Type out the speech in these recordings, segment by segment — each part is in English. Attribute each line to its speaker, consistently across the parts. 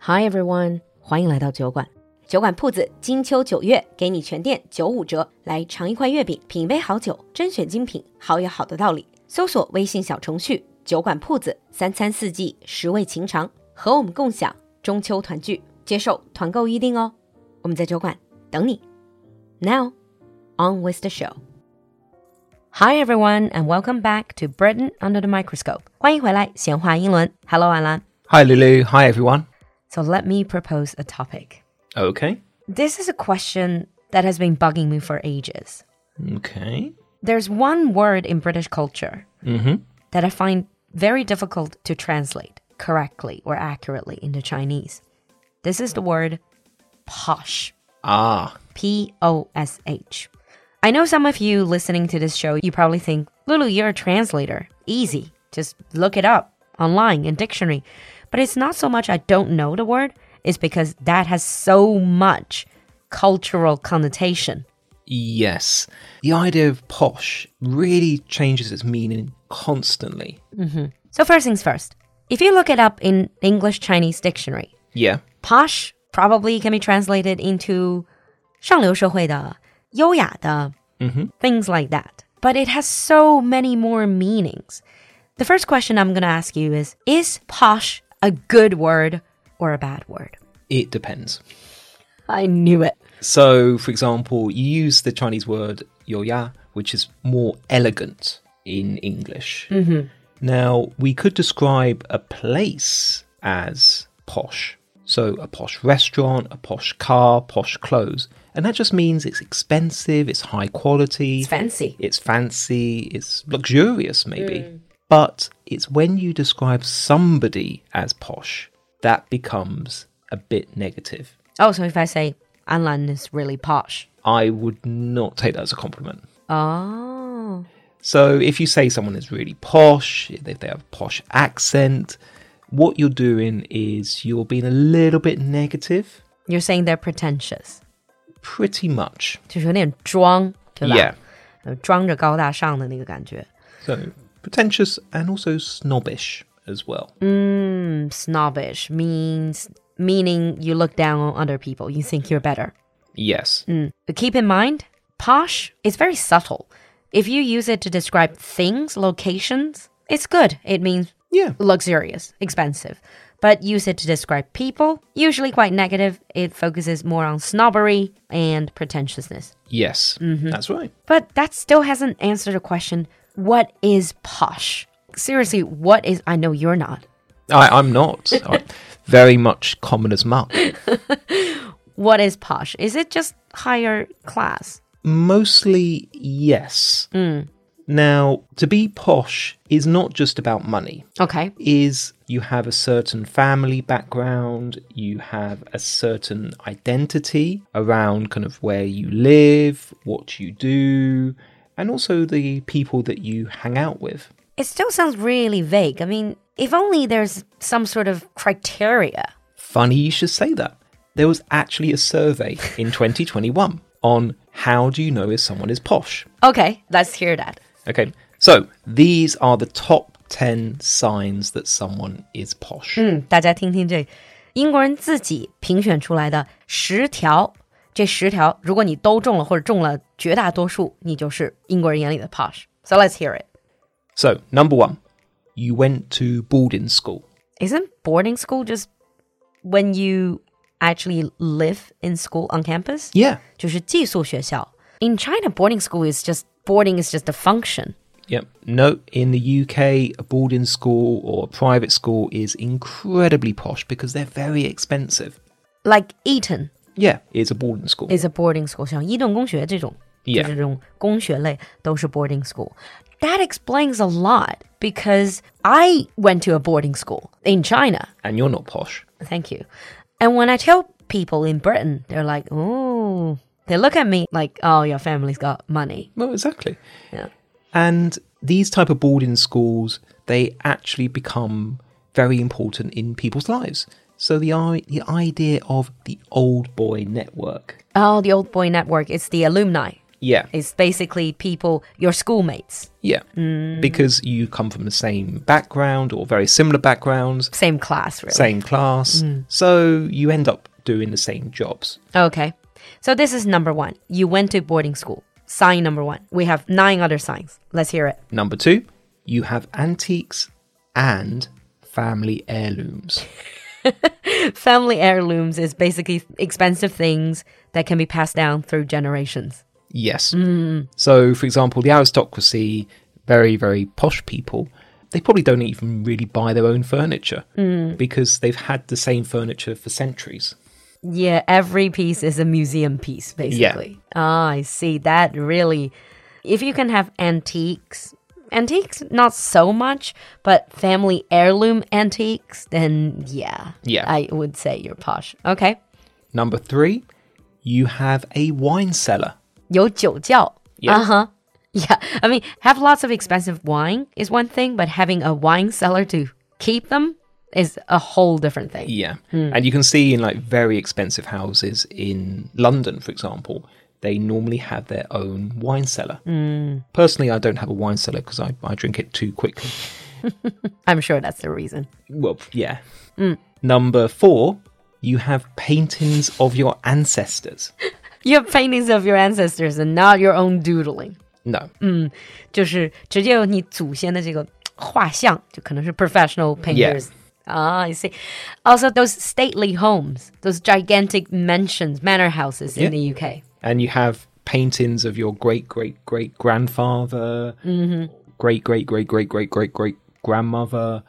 Speaker 1: Hi everyone，欢迎来到酒馆。酒馆铺子金秋九月给你全店九五折，来尝一块月饼，品一杯好酒，甄选精品，好有好的道理。搜索微信小程序“酒馆铺子”，三餐四季十味情长，和我们共享中秋团聚。接受团购预定哦，我们在酒馆等你。Now on with the show. Hi everyone and welcome back to Britain under the microscope. 欢迎回来，闲话英伦。Hello 安兰。
Speaker 2: Hi, Lulu. Hi, everyone.
Speaker 1: So let me propose a topic.
Speaker 2: Okay.
Speaker 1: This is a question that has been bugging me for ages.
Speaker 2: Okay. Mm-hmm.
Speaker 1: There's one word in British culture that I find very difficult to translate correctly or accurately into Chinese. This is the word posh.
Speaker 2: Ah,
Speaker 1: P O S H. I know some of you listening to this show, you probably think, Lulu, you're a translator. Easy. Just look it up online in dictionary. But it's not so much I don't know the word, it's because that has so much cultural connotation.
Speaker 2: yes. The idea of posh really changes its meaning constantly.
Speaker 1: So, first things first, if you look it up in English Chinese dictionary,
Speaker 2: Yeah.
Speaker 1: posh probably can be translated into 上流社会的,优雅的, things like that. But it has so many more meanings. The first question I'm going to ask you is Is posh a good word or a bad word?
Speaker 2: It depends.
Speaker 1: I knew it.
Speaker 2: So, for example, you use the Chinese word yoya, which is more elegant in English. Now, we could describe a place as posh. So, a posh restaurant, a posh car, posh clothes. And that just means it's expensive, it's high quality.
Speaker 1: It's fancy.
Speaker 2: it's fancy, it's luxurious, maybe. But it's when you describe somebody as posh that becomes a bit negative.
Speaker 1: Oh, so if I say Anlan is really posh.
Speaker 2: I would not take that as a compliment.
Speaker 1: Oh.
Speaker 2: So if you say someone is really posh, if they have a posh accent, what you're doing is you're being a little bit negative,
Speaker 1: You're saying they're pretentious.
Speaker 2: pretty much.
Speaker 1: 就是有点装,对吧?
Speaker 2: Yeah.
Speaker 1: 装着高大上的那个感觉。
Speaker 2: So pretentious and also snobbish as well.
Speaker 1: Mm, snobbish means meaning you look down on other people you think you're better
Speaker 2: Yes.
Speaker 1: but keep in mind posh is very subtle if you use it to describe things locations it's good it means
Speaker 2: Yeah.
Speaker 1: luxurious expensive but use it to describe people usually quite negative it focuses more on snobbery and pretentiousness
Speaker 2: Yes. That's right.
Speaker 1: but that still hasn't answered the question what is posh seriously what is i know you're not
Speaker 2: I, I'm not. I'm very much commoner's muck.
Speaker 1: what is posh is it just higher class
Speaker 2: Mostly, yes. Now, to be posh is not just about money.
Speaker 1: Okay.
Speaker 2: Is you have a certain family background, you have a certain identity around kind of where you live, what you do, and also the people that you hang out with.
Speaker 1: It still sounds really vague. I mean, if only there's some sort of criteria.
Speaker 2: Funny you should say that. There was actually a survey in 2021 on how do you know if someone is posh?
Speaker 1: Okay, let's hear that.
Speaker 2: Okay, so these are the top 10 signs that someone is posh.
Speaker 1: Hmm. 嗯，大家听听这英国人自己评选出来的十条，这十条如果你都中了或者中了绝大多数，你就是英国人眼里的 posh. So let's hear it.
Speaker 2: So, number one, you went to boarding school.
Speaker 1: Isn't boarding school just when you actually live in school on campus?
Speaker 2: Yeah.
Speaker 1: 就是寄宿学校. In China, boarding school is just boarding is just a function.
Speaker 2: Yep. No, in the UK, a boarding school or a private school is incredibly posh because they're very expensive.
Speaker 1: Like Eton.
Speaker 2: Yeah, it's a boarding school.
Speaker 1: is a boarding school，像伊顿公学这种
Speaker 2: Yeah.
Speaker 1: 就是这种公学类都是 boarding school。That explains a lot because I went to a boarding school in China.
Speaker 2: and you're not posh.
Speaker 1: Thank you. And when I tell people in Britain, they're like, "Oh," they look at me like, "Oh, your family's got money."
Speaker 2: Well, exactly.
Speaker 1: Yeah.
Speaker 2: And these type of boarding schools, they actually become very important in people's lives. So the i- the idea of the old boy network.
Speaker 1: Oh, the old boy network. It's the alumni.
Speaker 2: Yeah.
Speaker 1: It's basically people, your schoolmates,
Speaker 2: Yeah. Because you come from the same background or very similar backgrounds,
Speaker 1: same class, really.
Speaker 2: same class. So you end up doing the same jobs.
Speaker 1: Okay. So this is number one. You went to boarding school. Sign number one. We have nine other signs. Let's hear it.
Speaker 2: Number two, you have antiques and family heirlooms.
Speaker 1: Family heirlooms is basically expensive things that can be passed down through generations.
Speaker 2: Yes. So, for example, the aristocracy, very, very posh people, they probably don't even really buy their own furniture because they've had the same furniture for centuries.
Speaker 1: Yeah, every piece is a museum piece, basically. Ah, I see. That really, if you can have antiques, antiques, not so much, but family heirloom antiques, then yeah.
Speaker 2: Yeah.
Speaker 1: I would say you're posh. Okay.
Speaker 2: Number three, you have a wine cellar.
Speaker 1: 有酒窖.
Speaker 2: Yes.
Speaker 1: Uh-huh. Yeah. I mean, have lots of expensive wine is one thing, but having a wine cellar to keep them is a whole different thing.
Speaker 2: Yeah. And you can see in like very expensive houses in London, for example, they normally have their own wine cellar. Personally, I don't have a wine cellar because I, I drink it too quickly.
Speaker 1: I'm sure that's the reason.
Speaker 2: Well, yeah. Number four, you have paintings of your ancestors.
Speaker 1: You have paintings of your ancestors and not your own doodling.
Speaker 2: No.
Speaker 1: 就是直接有你祖先的这个画像，就可能是 professional painters.
Speaker 2: Yeah.
Speaker 1: Ah, I see. Also, those stately homes, those gigantic mansions, manor houses in the UK.
Speaker 2: And you have paintings of your great, great, great grandfather, great, great, great, great, great, great, great grandmother.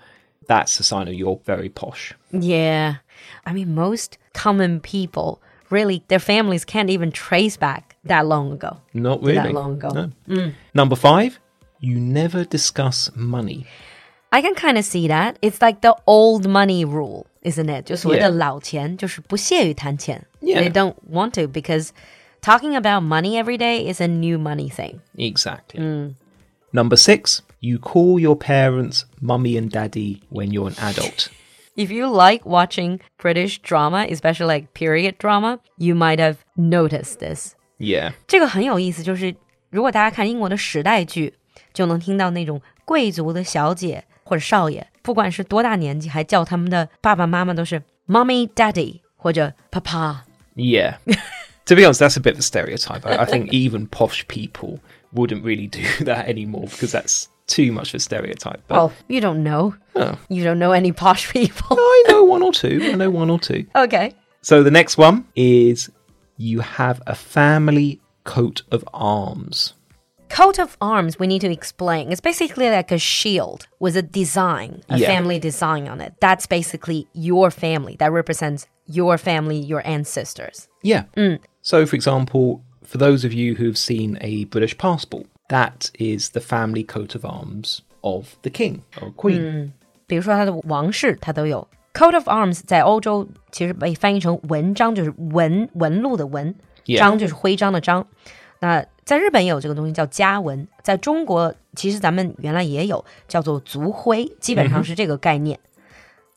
Speaker 2: That's a sign of you're very posh.
Speaker 1: Yeah. I mean, most common people really, their families can't even trace back that long ago.
Speaker 2: Not
Speaker 1: that
Speaker 2: really.
Speaker 1: long Mm. ago.
Speaker 2: No. Number five, you never discuss money.
Speaker 1: I can kind of see that. It's like the old money rule, isn't it? 就所谓的老钱，就是不屑于谈钱。
Speaker 2: Yeah.
Speaker 1: They don't want to because talking about money every day is a new money thing.
Speaker 2: Exactly.
Speaker 1: Mm.
Speaker 2: Number six, you call your parents mummy and daddy when you're an adult.
Speaker 1: If you like watching British drama, especially like period drama, you might have noticed this.
Speaker 2: yeah.
Speaker 1: 这个很有意思，就是如果大家看英国的时代剧，就能听到那种贵族的小姐或者少爷，不管是多大年纪，还叫他们的爸爸妈妈都是 mommy daddy 或者 papa。
Speaker 2: Yeah. to be honest, that's a bit of a stereotype. I, I think even posh people wouldn't really do that anymore because that's too much of a stereotype. But oh.
Speaker 1: Well, you don't know. You don't know any posh people.
Speaker 2: I know one or two. I know one or two.
Speaker 1: okay.
Speaker 2: So the next one is you have a family coat of arms.
Speaker 1: Coat of arms, we need to explain. It's basically like a shield with a design, a
Speaker 2: Yeah.
Speaker 1: family design on it. That's basically your family. That represents your family, your ancestors.
Speaker 2: Yeah. So, for example, for those of you who've seen a British passport, that is the family coat of arms of the king or queen.
Speaker 1: 比如说它的王室，它都有 coat of arms，在欧洲其实被翻译成文章，就是文纹路的纹
Speaker 2: Yeah.
Speaker 1: 章就是徽章的章。那在日本也有这个东西叫家纹，在中国其实咱们原来也有叫做族徽，基本上是这个概念。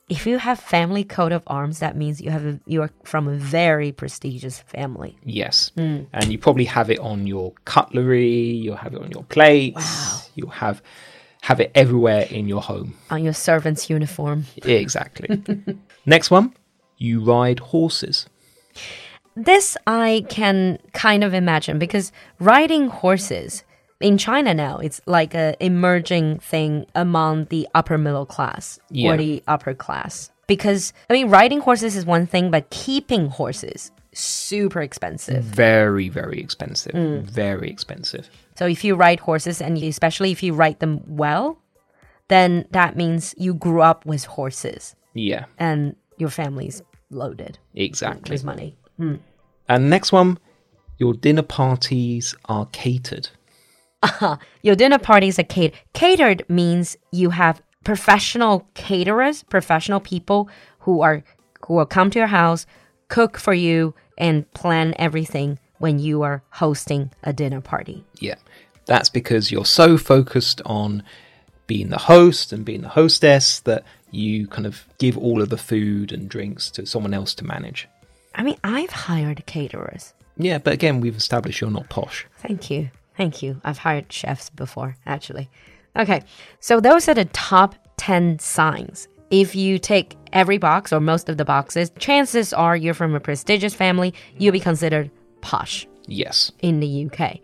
Speaker 1: If you have family coat of arms, that means you have a, you are from a very prestigious family.
Speaker 2: Yes. And you probably have it on your cutlery, you'll have it on your plates, you'll have have it everywhere in your home.
Speaker 1: On your servant's uniform,
Speaker 2: Exactly. Next one, you ride horses.
Speaker 1: This I can kind of imagine because riding horses in China now it's like a emerging thing among the upper middle class
Speaker 2: Yeah.
Speaker 1: or the upper class because I mean riding horses is one thing but keeping horses super
Speaker 2: Mm.
Speaker 1: expensive.
Speaker 2: Very, very expensive. Very expensive.
Speaker 1: So if you ride horses and you- especially if you ride them well, then that means you grew up with horses
Speaker 2: Yeah,
Speaker 1: and your family's loaded
Speaker 2: exactly.
Speaker 1: with money.
Speaker 2: And next one, your dinner parties are catered.
Speaker 1: Your dinner parties are catered. Catered means you have professional caterers, professional people who are who will come to your house, cook for you, and plan everything when you are hosting a dinner party.
Speaker 2: Yeah. That's because you're so focused on being the host and being the hostess that you kind of give all of the food and drinks to someone else to manage.
Speaker 1: I mean, I've hired caterers.
Speaker 2: Yeah, but again, we've established you're not posh.
Speaker 1: Thank you. Thank you. I've hired chefs before, actually. Okay, so those are the top 10 signs. If you take every box or most of the boxes, chances are you're from a prestigious family, you'll be considered posh
Speaker 2: Yes.
Speaker 1: in the UK.